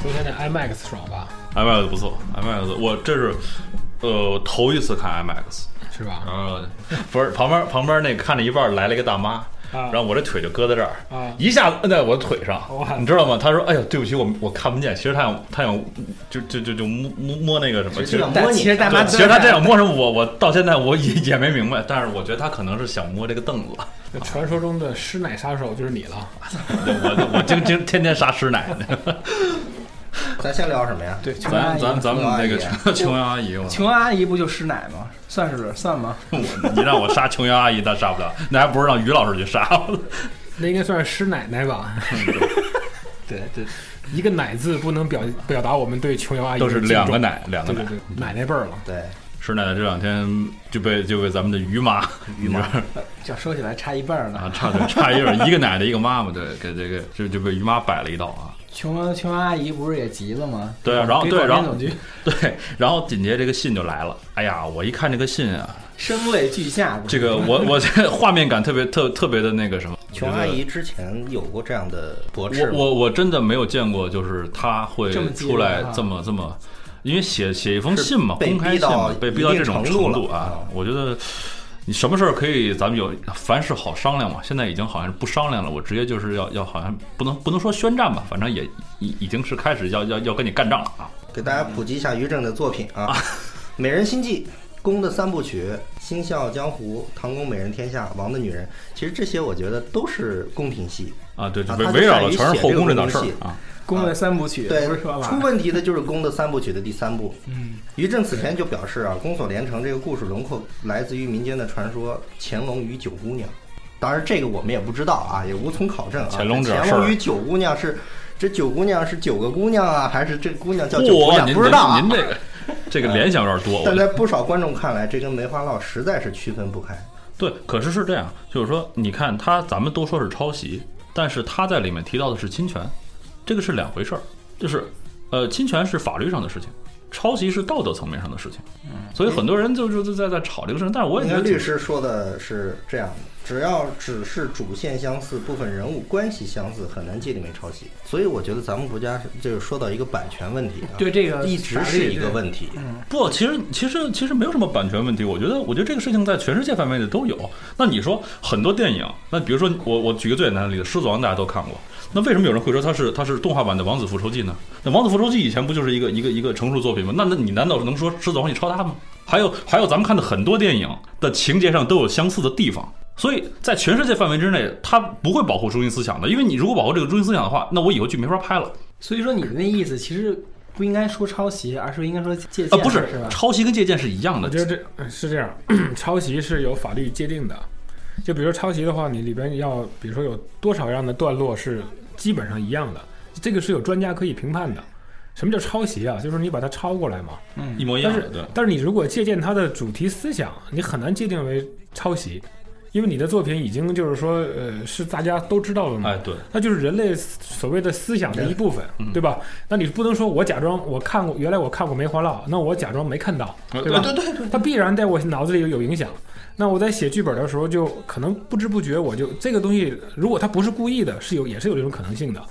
IMAX 爽吧， ，IMAX 不错，IMAX 我这是呃头一次看 IMAX，是吧？然后不是旁边旁边那看着一半来了一个大妈，啊然后我这腿就搁在这儿，啊一下子摁在我的腿上哇，你知道吗？她说：“哎呀，对不起，我我看不见。”其实她想她想就就就就摸摸摸那个什么，其就实想但摸你其实大妈对其实她这样摸什么，我我到现在我也也没明白，但是我觉得她可能是想摸这个凳子。那传说中的师奶杀手就是你了。对我我经经天天杀师奶，咱先聊什么呀？对琼瑶阿咱姨，咱咱们那个琼琼琼瑶阿姨，我琼瑶阿姨不就师奶吗？算是算吗？ 你让我杀琼瑶阿姨，那杀不了，那还不如让于老师去杀。那应该算是师奶奶吧？ 对对，一个“奶”字不能表表达我们对琼瑶阿姨的 都是敬重两个，奶，两个对对奶。对，奶奶辈儿了。对，师奶这两天就被就被咱们的于妈于妈就说起来差一半儿 啊呢。，差点差一点儿，一个奶的一个妈妈，对，给这个就就被于妈摆了一道啊。琼瑶琼瑶阿姨不是也急了吗？对啊然后给对广然后电总局对，然后紧接着这个信就来了，哎呀，我一看这个信啊，声泪俱下。不是这个我我这画面感特别特特别的那个什么，琼瑶阿姨之前有过这样的驳我斥吗？我我真的没有见过，就是他会这么激烈出来啊这么这么，因为写写一封信嘛，是被公开逼信到嘛，被逼到一这定种程度程了度啊啊，我觉得你什么事儿可以，咱们有凡事好商量嘛。现在已经好像是不商量了，我直接就是要要好像不能不能说宣战吧，反正也已已经是开始要要要跟你干仗了啊。给大家普及一下于正的作品啊，美人心计》宫的三部曲《新笑江湖》《唐宫美人天下》《王的女人》，其实这些我觉得都是宫廷戏。啊，对，就啊围他就围绕善的于全是写后这个宫这档宫事儿戏啊。宫的三部曲对不是说，出吧？问题的就是宫的三部曲的第三部。嗯，于正此前就表示啊，《宫锁连城》这个故事轮廓来自于民间的传说乾隆与九姑娘。当然，这个我们也不知道啊，也无从考证啊。乾隆这乾事儿隆与九姑娘是这九姑娘是九个姑娘啊，还是这姑娘叫九嚯，姑娘？您不知道啊。您您这个这个联想有 点多，我觉但得在不少观众看来，这跟梅花烙实在是区分不开。对，可是是这样，就是说，你看他，咱们都说是抄袭，但是他在里面提到的是侵权，这个是两回事儿。就是，呃，侵权是法律上的事情，抄袭是道德层面上的事情。所以很多人就就就在在吵这个事情，但是我也应觉该得律师说的是这样的：只要只是主线相似，部分人物关系相似，很难界定为抄袭。所以我觉得咱们国家是就是说到一个版权问题啊，对这个一直法是律一个问题。不，其实其实其实没有什么版权问题，我觉得我觉得这个事情在全世界范围内都有。那你说很多电影，那比如说我我举个最简单的例子，《狮子王》大家都看过，那为什么有人会说它是它是动画版的《王子复仇记》呢？那《王子复仇记》以前不就是一个一个一个成熟作品吗？那那你难道能说《狮子王》你抄它吗？还有还有，咱们看的很多电影的情节上都有相似的地方。所以在全世界范围之内，它不会保护中心思想的，因为你如果保护这个中心思想的话，那我以后剧没法拍了。所以说你的那意思其实不应该说抄袭，而是应该说借啊、鉴，不是是吧？抄袭跟借鉴是一样我的觉，得这呃是这样， 抄袭是有法律界定的。就比如抄袭的话，你里边要比如说有多少样的段落是基本上一样的，这个是有专家可以评判的。什么叫抄袭啊？就是你把它抄过来嘛。一模一但样的。是对，但是你如果借鉴它的主题思想，你很难界定为抄袭，因为你的作品已经就是说，呃，是大家都知道了嘛。哎，嗯对。那就是人类所谓的思想的一部分，对吧？那你不能说我假装我看过，原来我看过梅花烙，那我假装没看到，呃对吧？对对对，它必然在我脑子里有有影响。那我在写剧本的时候，就可能不知不觉我就这个东西，如果它不是故意的，是有也是有这种可能性的。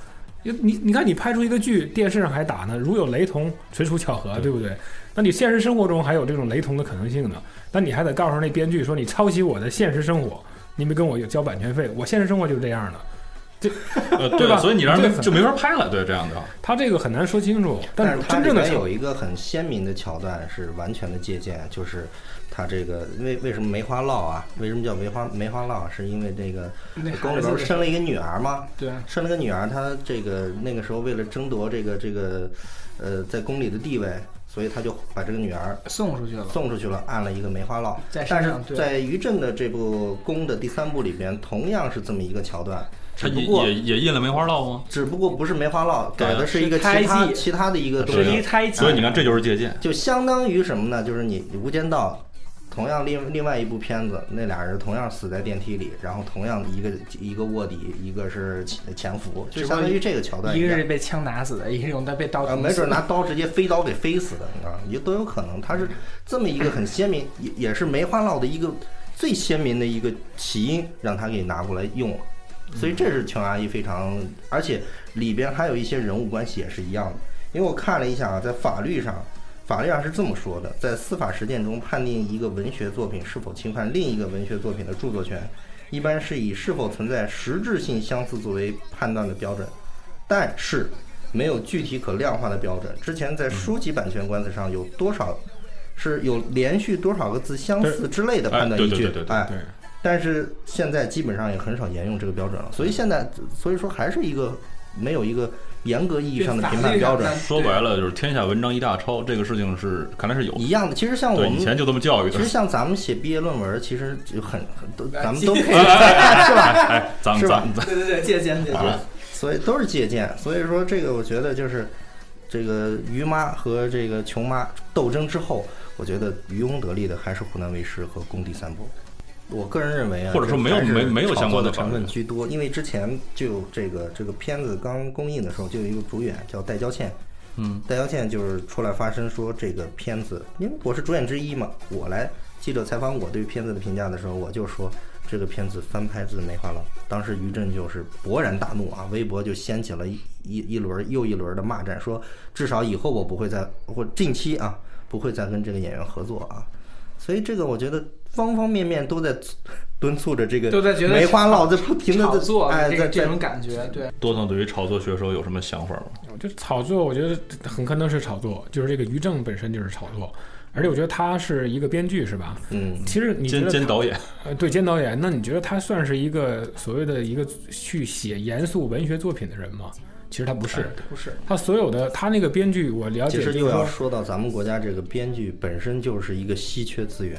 因为你你看，你拍出一个剧，电视上还打呢，如有雷同，纯属巧合，对不对？那你现实生活中还有这种雷同的可能性呢？那你还得告诉那编剧说你抄袭我的现实生活，你没跟我交版权费，我现实生活就是这样的。呃，对吧所以你让这人个很就没法拍了，对这样的话。他这个很难说清楚，但但是它真里正的面有一个很鲜明的桥段是完全的借鉴，就是它这个为为什么梅花烙啊？为什么叫梅花梅花烙？啊是因为这个那宫孩里子边生了一个女儿吗？对啊，生了个女儿，她这个那个时候为了争夺这个这个，呃，在宫里的地位，所以他就把这个女儿送出去了。送出去了，按了一个梅花烙。在山但上是对在于正的这部宫的第三部里边，同样是这么一个桥段，只他不也过也也印了梅花烙吗？只不过不是梅花烙，对啊啊改的是一个是胎其他记其他的一个东是西一，胎 记所以你看，这就是 借鉴。就相当于什么呢？就是你《无间道》。同样另另外一部片子，那俩人同样死在电梯里，然后同样一个一个卧底，一个是潜潜伏，就只不过相当于这个桥段一样。个是被枪打死的，一个是用刀被刀啊，捅死的没准拿刀直接飞刀给飞死的啊，也都有可能。它嗯是这么一个很鲜明，也也是梅花烙的一个最鲜明的一个起因，让他给拿过来用了。所以这是琼瑶阿姨非常，而且里边还有一些人物关系也是一样的。因为我看了一下啊，在法律上，法律上是这么说的：在司法实践中判定一个文学作品是否侵犯另一个文学作品的著作权，一般是以是否存在实质性相似作为判断的标准，但是没有具体可量化的标准。之前在嗯书籍版权官司上有多少？是有连续多少个字相似之类的判断依据，哎对对对对对哎，对，但是现在基本上也很少沿用这个标准了，所以现在所以说还是一个没有一个严格意义上的评判标准对法律上说白了就是天下文章一大抄，这个事情是看来是有的。一样的。其实像我对，们以前就这么教育的其实。像咱们写毕业论文，其实就很很都哎咱们都可以借是吧？ 哎，咱是们吧咱们咱对对对，借鉴借鉴啊。所以都是借鉴。所以说这个我觉得就是这个于妈和这个琼妈斗争之后，我觉得渔翁得利的还是湖南卫视和工地三部。我个人认为啊，或者说没有这还是没没有相关的炒作的成法律分居多，因为之前就有这个这个片子刚公映的时候，就有一个主演叫戴娇倩，嗯，戴小倩就是出来发声说这个片子，因为我是主演之一嘛，我来记者采访我对片子的评价的时候，我就说这个片子翻拍自《梅花烙》，当时于震就是勃然大怒啊，微博就掀起了一一一轮又一轮的骂战，说至少以后我不会再或近期啊不会再跟这个演员合作啊，所以这个我觉得方方面面都在 敦促着这个都在觉得梅花烙在不停的炒作，哎这在个这在种感觉，对，多头对于炒作选手有什么想法吗？我觉得炒作，我觉得很可能是炒作，就是这个于正本身就是炒作，而且我觉得他是一个编剧，是吧？嗯其实你觉兼得兼导演，呃，对，监导演，那你觉得他算是一个所谓的一个去写严肃文学作品的人吗？其实他不是，不是他所有的他那个编剧，我了解其就实是又说，要说到咱们国家这个编剧本身就是一个稀缺资源，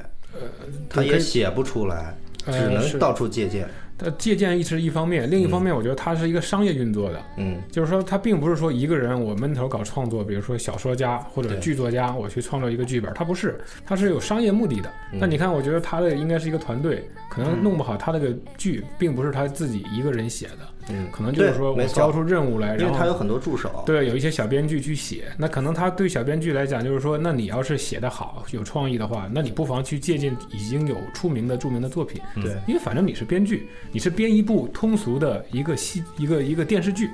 他呃对也可以写不出来，只呃能是到处借鉴。他借鉴一是一方面，另一方嗯面，我觉得他是一个商业运作的，嗯，就是说他并不是说一个人我闷头搞创作，比如说小说家或者对剧作家，我去创作一个剧本，他不是，他是有商业目的的嗯。那你看，我觉得他的应该是一个团队，可能弄不好他那个剧并不是他自己一个人写的，嗯，可能就是对说我没交出错，任务来，因然为后他有很多助手。对，有一些小编剧去写，那可能他对小编剧来讲，就是说，那你要是写得好、有创意的话，那你不妨去借鉴已经有出名的、著名的作品，嗯对因为反正你是编剧，你是编一部通俗的一个戏、一个一个电视剧，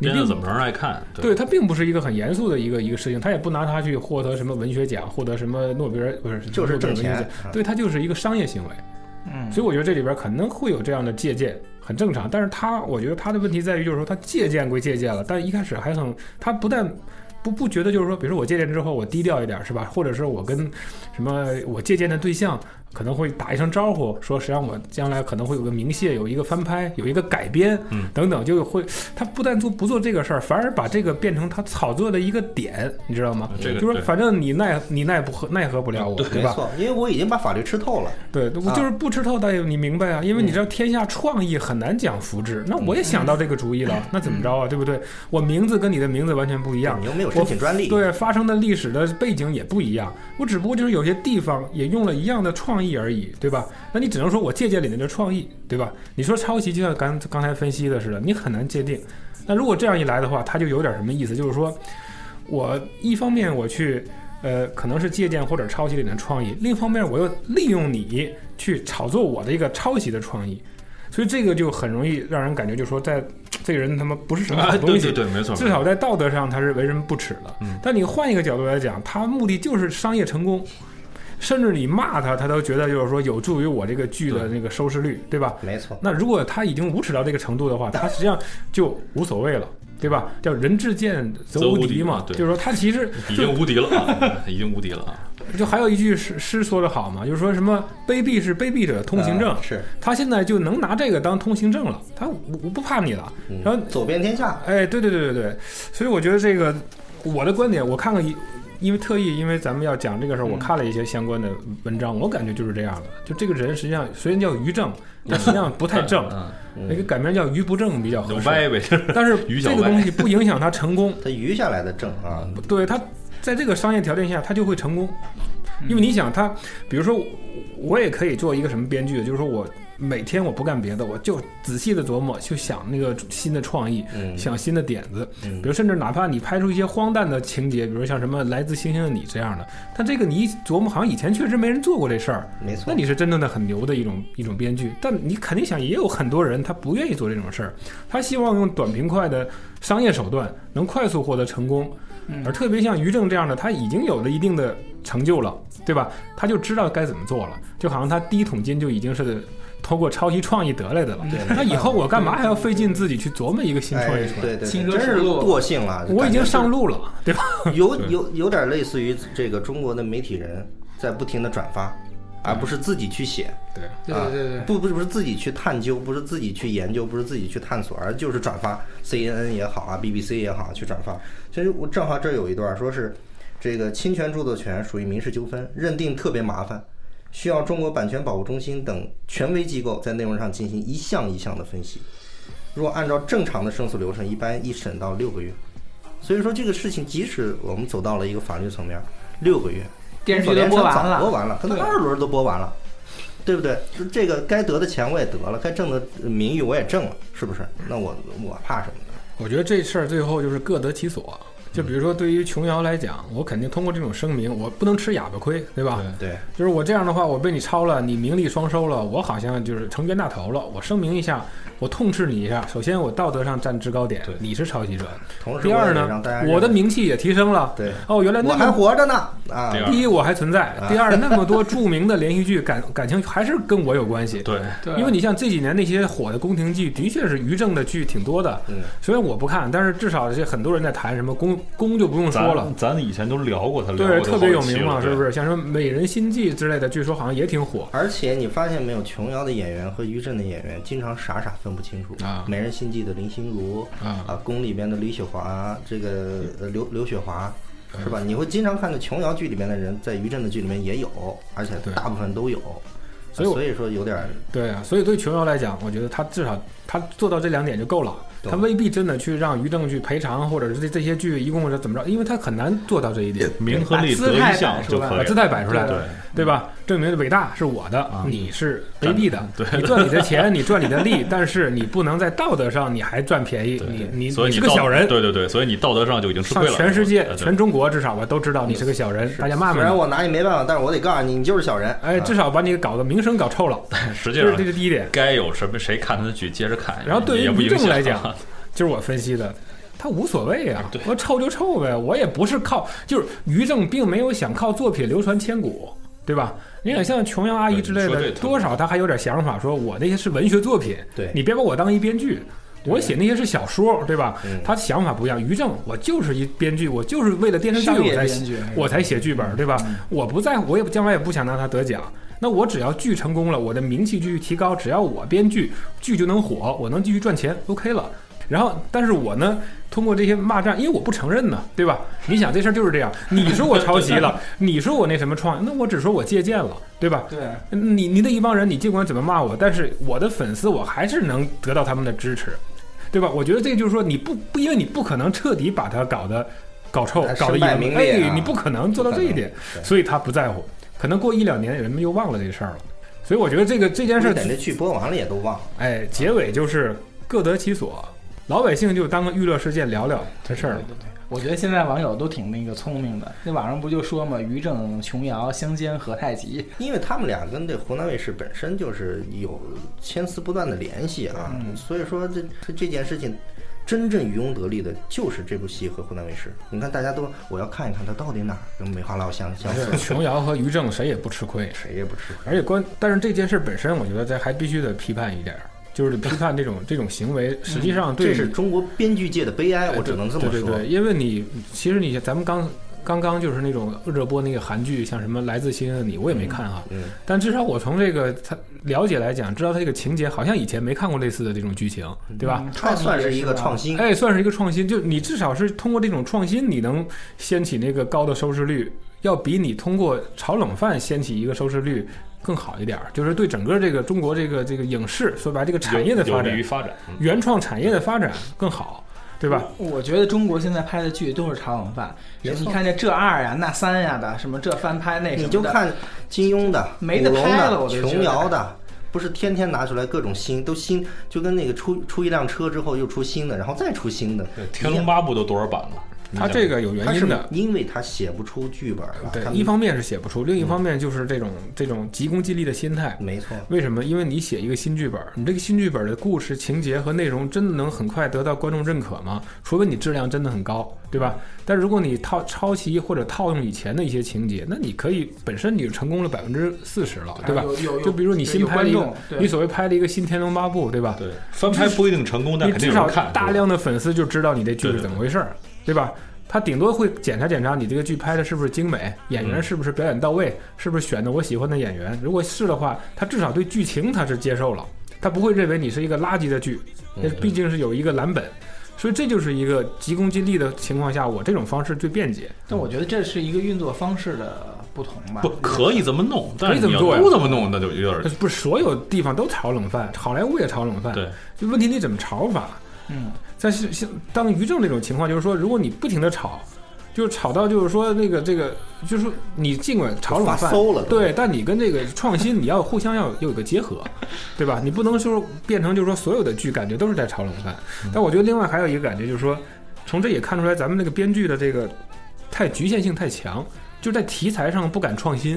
你编的并怎么让人爱看？对，它并不是一个很严肃的一个一个事情，他也不拿它去获得什么文学奖，获得什么诺贝尔不是就是诺贝尔挣文学钱奖啊对，它就是一个商业行为。嗯所以我觉得这里边可能会有这样的借鉴，很正常。但是他，我觉得他的问题在于，就是说他借鉴归借鉴了，但一开始还很，他不但不不觉得就是说，比如说我借鉴之后我低调一点是吧？或者是我跟什么我借鉴的对象可能会打一声招呼，说实际上我将来可能会有个明谢，有一个翻拍，有一个改编，嗯等等，就会他不但做不做这个事儿，反而把这个变成他炒作的一个点，你知道吗？这个就是对说反正你奈你奈不何奈何不了我，对对没吧？错，因为我已经把法律吃透了。对，我就是不吃透，大爷，你明白啊？因为你嗯知道天下创意很难讲复制，那我也想到这个主意嗯了，那怎么着啊？对不对？我名字跟你的名字完全不一样你，又没有申请专利，对，发生的历史的背景也不一样，我只不过就是有些地方也用了一样的创意而已，对吧？那你只能说我借鉴里面的创意，对吧？你说抄袭，就像刚刚才分析的似的，你很难界定。那如果这样一来的话，它就有点什么意思？就是说我一方面我去。呃，可能是借鉴或者抄袭里面的创意，另一方面我又利用你去炒作我的一个抄袭的创意，所以这个就很容易让人感觉，就说在这个人他妈不是什 么好啊，东对西，对对，没错，至少在道德上他是为人不耻的。嗯但你换一个角度来讲，他目的就是商业成功，甚至你骂他，他都觉得就是说有助于我这个剧的那个收视率，对吧？没错。那如果他已经无耻到这个程度的话，他实际上就无所谓了，对吧？叫人至贱则则无无敌敌嘛嘛，对就是说他其实已就经无敌了啊，已经无敌了啊。就还有一句诗诗说的好嘛，就是说什么卑鄙是卑鄙者通行证啊，是，他现在就能拿这个当通行证了，他我我不怕你了，嗯然后走遍天下，哎，对对对对对，所以我觉得这个我的观点，我看了一，因为特意因为咱们要讲这个事儿，嗯我看了一些相关的文章，我感觉就是这样的。就这个人实际上虽然叫于正，但实际上不太正， 嗯，那个改名叫于不正比较就合适。歪呗，就是但是于小这个歪东西不影响他成功，他余下来的证啊，对他在这个商业条件下，他就会嗯成功。因为你想他，比如说我我也可以做一个什么编剧，就是说我每天我不干别的，我就仔细的琢磨，去想那个新的创意，嗯想新的点子。嗯比如，甚至哪怕你拍出一些荒诞的情节，比如像什么《来自星星的你》这样的，但这个你一琢磨，好像以前确实没人做过这事儿。没错，那你是真正的很牛的一种一种编剧，但你肯定想，也有很多人他不愿意做这种事儿，他希望用短平快的商业手段能快速获得成功，嗯而特别像于正这样的，他已经有了一定的成就了，对吧？他就知道该怎么做了，就好像他第一桶金就已经是通过抄袭创意得来的了。嗯对那以后我干嘛还要费劲自己去琢磨一个新创意哎出，来？对对对，新歌真是实录惰性了。我已经上路，路了，对吧？有有有点类似于这个中国的媒体人在不停的转发，而不是自己去写。对，对啊对对对，不不是不是自己去探究，不是自己去研究，不是自己去探索，而就是转发 CNN 也好啊，BBC 也好去转发。其实我正好这儿有一段说是这个侵权著作权属于民事纠纷，认定特别麻烦，需要中国版权保护中心等权威机构在内容上进行一项一项的分析。若按照正常的申诉流程，一般一审到六个月。所以说这个事情，即使我们走到了一个法律层面，六个月，电视早剧都播完播了，完了，可能对二轮都播完了，对不对？这个该得的钱我也得了，该挣的名誉我也挣了，是不是？那我我怕什么呢？我觉得这事儿最后就是各得其所。就比如说，对于琼瑶来讲，我肯定通过这种声明，我不能吃哑巴亏，对吧？对对，就是我这样的话，我被你抄了，你名利双收了，我好像就是成冤大头了。我声明一下，我痛斥你一下。首先，我道德上占制高点对，你是抄袭者。同时第我也二得让呢大家，认我的名气也提升了。对，哦，原来我那还么活着呢啊第！二第一我还存在啊，第 二那么多著名的连续剧，感感情还是跟我有关系。对，对，因为你像这几年那些火的宫廷剧，的确是于正的剧挺多的。嗯，虽然我不看，但是至少这很多人在谈什么宫宫就不用说了。咱咱以前都聊过他，聊对，过特别有名嘛，嘛，是不是？像什么《美人心计》之类的，据说好像也挺火。而且你发现没有，琼瑶的演员和于震的演员经常傻傻分不清楚啊美人心计》的林心如啊宫里边的李雪华，这个呃刘刘雪华。嗯是吧？你会经常看到琼瑶剧里面的人，在于震的剧里面也有，而且对大部分都有，所以我所以说有点儿对啊，所以对琼瑶来讲，我觉得他至少他做到这两点就够了，对他未必真的去让于正去赔偿，或者是这这些剧一共是怎么着，因为他很难做到这一点，名和利得一项就可把以姿态摆出来，对，对吧？证明伟大是我的，你是卑鄙的，对你赚你的钱，你赚你的利，但是你不能在道德上你还占便宜，你你所以是个道小人。对对对，所以你道德上就已经吃上亏了。呃全世界对、对全中国，至少吧，都知道你是个小人，大家骂虽骂然你。我拿你没办法，但是我得告诉你，你就是小人。哎，啊至少把你搞得名声搞臭了，实际这是这上是第一点。该有什么谁看他的剧接着看，然后对于也不影于响啊正来讲，就是我分析的，他无所谓啊对，我臭就臭呗，我也不是靠，就是于正并没有想靠作品流传千古，对吧？你想像琼瑶阿姨之类对你说的，这特别多少他还有点想法，说我那些是文学作品，对你别把我当一编剧。我写那些是小说，对吧嗯？他想法不一样。于正，我就是一编剧，我就是为了电视剧商业我才编剧写我才写剧本，对吧？我不在乎，我也不将来也不想让他得奖。那我只要剧成功了，我的名气继续提高，只要我编剧，剧就能火，我能继续赚钱，OK 了。然后，但是我呢，通过这些骂战，因为我不承认呢，对吧？你想这事儿就是这样，你说我抄袭了，你说我那什么创，那我只说我借鉴了，对吧？对你你那一帮人，你尽管怎么骂我，但是我的粉丝我还是能得到他们的支持，对吧？我觉得这就是说，你不不因为你不可能彻底把他搞得搞臭哎、搞得身败名裂啊哎，你不可能做到这一点不可能，对所以他不在乎。可能过一两年，人们又忘了这事儿了。所以我觉得这个这件事是儿，等这剧播完了也都忘了。哎，结尾就是各得其所，老百姓就当个娱乐事件聊聊这事对儿了对。对，我觉得现在网友都挺那个聪明的，那网上不就说嘛，于正、琼瑶相煎何太急？因为他们俩跟这湖南卫视本身就是有千丝不断的联系啊，嗯所以说这这这件事情真正渔翁得利的就是这部戏和湖南卫视。你看大家都我要看一看它到底哪儿跟梅花烙相相似，琼瑶和于正谁也不吃亏，谁也不吃亏。而且关，但是这件事本身，我觉得这还必须得批判一点儿，就是批判这种 这种行为，实际上对哎这是中国编剧界的悲哀，我只能这么对对说嗯对，。因为你其实你咱们刚刚刚就是那种热播那个韩剧，像什么《来自星星的你》，我也没看啊，嗯，但至少我从这个他了解来讲，知道他这个情节好像以前没看过类似的这种剧情，对吧？嗯它算是一个创新，新。哎，算是一个创新，就你至少是通过这种创新，你能掀起那个高的收视率，要比你通过炒冷饭掀起一个收视率更好一点儿。就是对整个这个中国这个这个影视，说白了这个 产业的有发利于展，发展，嗯原创产业的发展更好，对吧？我觉得中国现在拍的剧都是炒冷饭，没错你看这这二呀、那三呀的，什么这翻拍那什么的，你就看金庸的、没得古龙拍了的、我就觉得琼瑶的、不是天天拿出来各种新，都新就跟那个出出一辆车之后又出新的，然后再出新的。天龙八部》都多少版了？他这个有他原是因的，因为他写不出剧本了，对他，一方面是写不出，另一方面就是这种这种急功近利的心态。没错，为什么？因为你写一个新剧本，你这个新剧本的故事情节和内容真的能很快得到观众认可吗？除非你质量真的很高，对吧？但如果你套抄袭或者套用以前的一些情节，那你可以本身你就成功了百分之四十了，对吧？啊有有有就比如你对新有拍了一观个众，对你所谓拍了一个新《天龙八部》，对吧？对，翻拍不一定成功，但你肯定至有少人看。大量的粉丝就知道你这剧对是对怎么回事儿，对吧？他顶多会检查检查你这个剧拍的是不是精美，演员嗯是不是表演到位，是不是选的我喜欢的演员。如果是的话，他至少对剧情他是接受了，他不会认为你是一个垃圾的剧，嗯那毕竟是有一个蓝本，所以这就是一个急功近利的情况下，我这种方式最便捷。但我觉得这是一个运作方式的不同吧。不可以这么弄，但可以是这你么要做呀都这么弄，那就有点但是不是所有地方都炒冷饭，好莱坞也炒冷饭，对，就问题你怎么炒法？嗯，但是像当于正这种情况，就是说，如果你不停的吵，就是吵到就是说那个这个，就是说你尽管吵冷发饭，馊了都对，但你跟这个创新，你要互相要有一个结合，对吧？你不能说变成就是说所有的剧感觉都是在炒冷饭。嗯但我觉得另外还有一个感觉就是说，从这也看出来咱们这个编剧的这个太局限性太强，就在题材上不敢创新，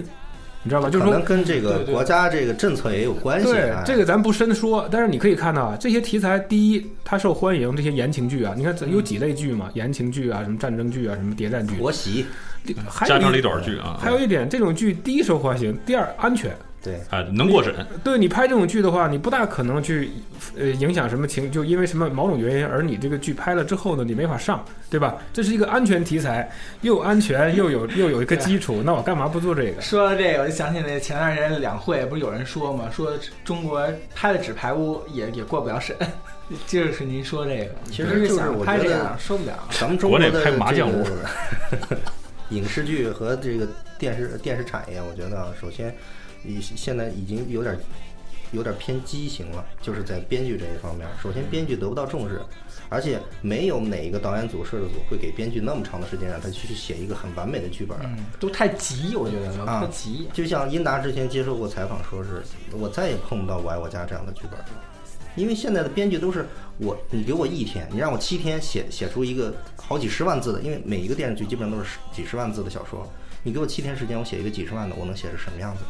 你知道吧？就是可说能跟这个对对国家这个政策也有关系。对哎，这个咱不深说，但是你可以看到啊，这些题材，第一，它受欢迎，这些言情剧啊，你看这有几类剧嘛，言情剧啊，什么战争剧啊，什么谍战剧，国玺，还家长有里一短剧啊，还有一点，这种剧第一受欢迎，第二安全。对，哎能过审，对你拍这种剧的话，你不大可能去呃影响什么情，就因为什么某种原因，而你这个剧拍了之后呢，你没法上，对吧？这是一个安全题材，又安全又有又有一个基础，那我干嘛不做这个？说到这个，我就想起那前段时间两会，不是有人说嘛，说中国拍的《纸牌屋》也也过不了审， 就是您说这个，其实真就是想我拍觉这得样受不了。咱们中国的国内拍麻这将个屋 影视剧和这个电视电视产业，我觉得啊，首先，已现在已经有点有点偏畸形了，就是在编剧这一方面，首先编剧得不到重视，而且没有哪一个导演组、摄制组会给编剧那么长的时间让他去写一个很完美的剧本。嗯，都太急，我觉得都啊太急。就像英达之前接受过采访，说是我再也碰不到《我爱我家》这样的剧本了，因为现在的编剧都是我，你给我一天，你让我七天写写出一个好几十万字的，因为每一个电视剧基本上都是十几十万字的小说，你给我七天时间，我写一个几十万的，我能写成什么样子？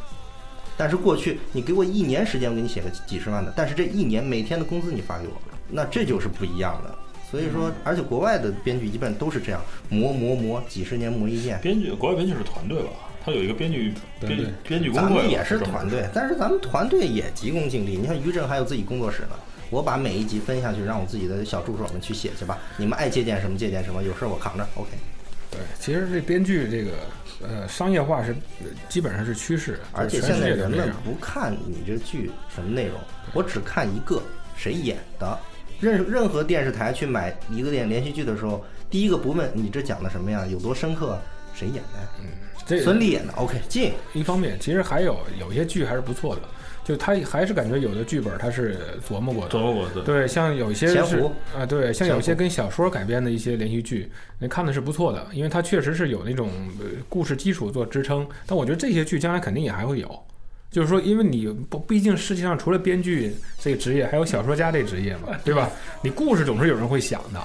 但是过去你给我一年时间，我给你写个几十万的，但是这一年每天的工资你发给我，那这就是不一样的。所以说，而且国外的编剧一般都是这样磨磨磨，几十年磨一剑，编剧国外编剧是团队吧？他有一个编剧对编对编剧工咱会们也是团队，但是咱们团队也急功近利。你看于正还有自己工作室呢，我把每一集分下去，让我自己的小助手们去写去吧。你们爱借鉴什么借鉴什么，有事儿我扛着。OK，对，其实这编剧这个呃商业化是呃基本上是趋势，而且就是全现世界在都人这们样。不看你这剧什么内容，我只看一个谁演的。任任何电视台去买一个电连续剧的时候，第一个不问你这讲的什么呀，有多深刻，谁演的呀？这孙俪演的，OK 进。一方面，其实还有有些剧还是不错的，就他还是感觉有的剧本他是琢磨过琢的。磨过的。对，像有些潜是伏啊，对，像潜有些伏跟小说改编的一些连续剧，那看的是不错的，因为它确实是有那种呃故事基础做支撑。但我觉得这些剧将来肯定也还会有，就是说，因为你不，毕竟世界上除了编剧这个职业，还有小说家这职业 嘛，对吧？你故事总是有人会想的。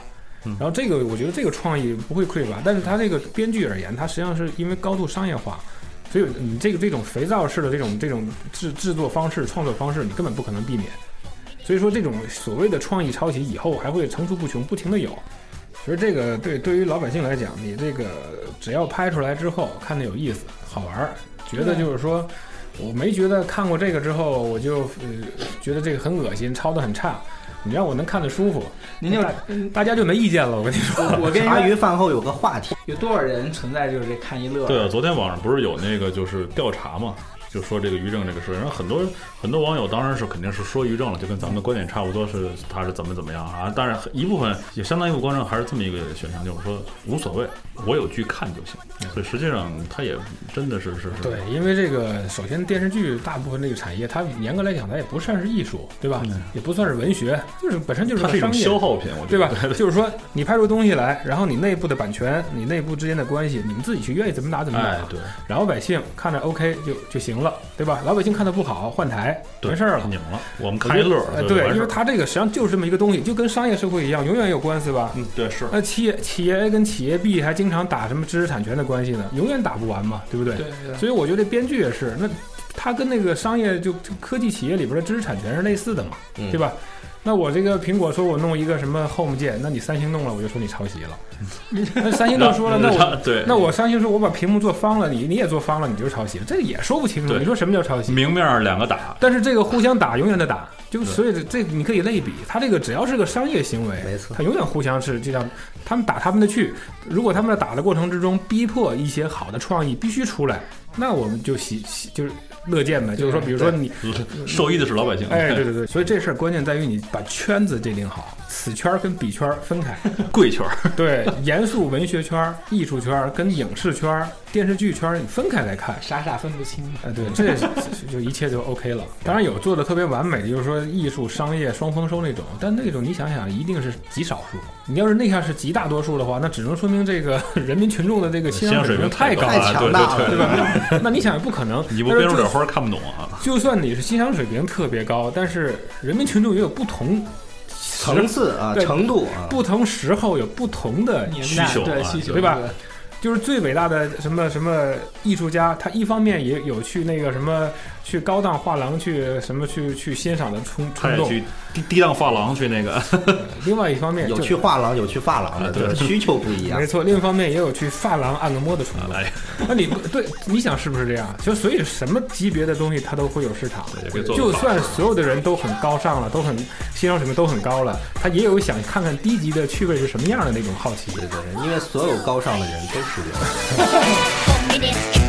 嗯然后这个，我觉得这个创意不会匮乏，但是它这个编剧而言，它实际上是因为高度商业化，所以你这个这种肥皂式的这种这种制制作方式、创作方式，你根本不可能避免。所以说，这种所谓的创意抄袭，以后还会层出不穷，不停的有。其实这个对对于老百姓来讲，你这个只要拍出来之后看着有意思、好玩儿，觉得就是说，我没觉得看过这个之后我就呃觉得这个很恶心，抄的很差。你让我能看得舒服，哎您就大嗯大家就没意见了。我跟你说，我跟茶人余饭后有个话题，有多少人存在就是这看一乐？对啊，昨天网上不是有那个就是调查嘛，就说这个于正这个事，然后很多很多网友当然是肯定是说于正了，就跟咱们的观点差不多，是他是怎么怎么样啊。但是一部分也相当一部分观众还是这么一个选项，就是说无所谓，我有剧看就行。所以实际上他也真的是是是，对， 因为这个，首先电视剧大部分这个产业，它严格来讲，它也不算是艺术，对吧？也不算是文学，就是本身就是嗯它个是一种商业消耗品，我对觉得吧？ 对就是说，你拍出东西来，然后你内部的版权，你内部之间的关系，你们自己去愿意怎么打怎么打，哎对，然后老百姓看着 OK 就就行了，对吧？老百姓看的不好，换台没事儿了。拧了，我们看一乐呃儿，对，完因事为儿。它这个实际上就是这么一个东西，就跟商业社会一样，永远有官司吧。嗯，对，是那企业企业 A 跟企业 B 还经常打什么知识产权的关系呢，永远打不完嘛，对不对？对对所以我觉得编剧也是，那他跟那个商业就就科技企业里边的知识产权是类似的嘛，嗯对吧？那我这个苹果说我弄一个什么 Home 键，那你三星弄了，我就说你抄袭了。那三星都说了，那我 对，那我三星说我把屏幕做方了，你你也做方了，你就是抄袭了，这也说不清楚。对你说什么叫抄袭？明面儿两个打，但是这个互相打，永远的打，就对所以这这你可以类比，他这个只要是个商业行为，没错他永远互相是这样，他们打他们的去，如果他们在打的过程之中逼迫一些好的创意必须出来，那我们就喜喜就是乐见呗，就是说，比如说 你，受益的是老百姓。嗯哎，对对对，所以这事儿关键在于你把圈子界定好，此圈儿跟彼圈儿分 开， 贵圈儿，对，严肃文学圈儿、艺术圈儿跟影视圈儿、电视剧圈儿你分开来看，傻傻分不清。哎，对，这也是就就一切就 OK 了。当然有做的特别完美的，就是说艺术、商业双丰收那种，但那种你想想，一定是极少数。你要是那样是极大多数的话，那只能说明这个 人民群众的这个欣赏水平平太高高太了，强对大对对对。吧？那你想也不可能。你不但是边种就点花儿看不懂啊！就算你是欣赏水平特别高，但是人民群众也有不同啊时层次啊，对程度啊，不同时候有不同的年需代求对啊需求对吧这个就是最伟大的什么什么艺术家，他一方面也有去那个什么去高档画廊去什么去去欣赏的冲他冲也动，去低低档发廊去那个， 另外一方面有就去画廊，有去发廊的，啊这对个需求不一样没。错，另一方面也有去发廊按个摩的冲动。哎，那你对你想是不是这样？就所以什么级别的东西它都会有市场对也可以。做就法算所有的人都很高尚了，都很欣赏水平都很高了，他也有想看看低级的趣味是什么样的那种好奇。对对，对因为所有高尚的人都是人。 for me this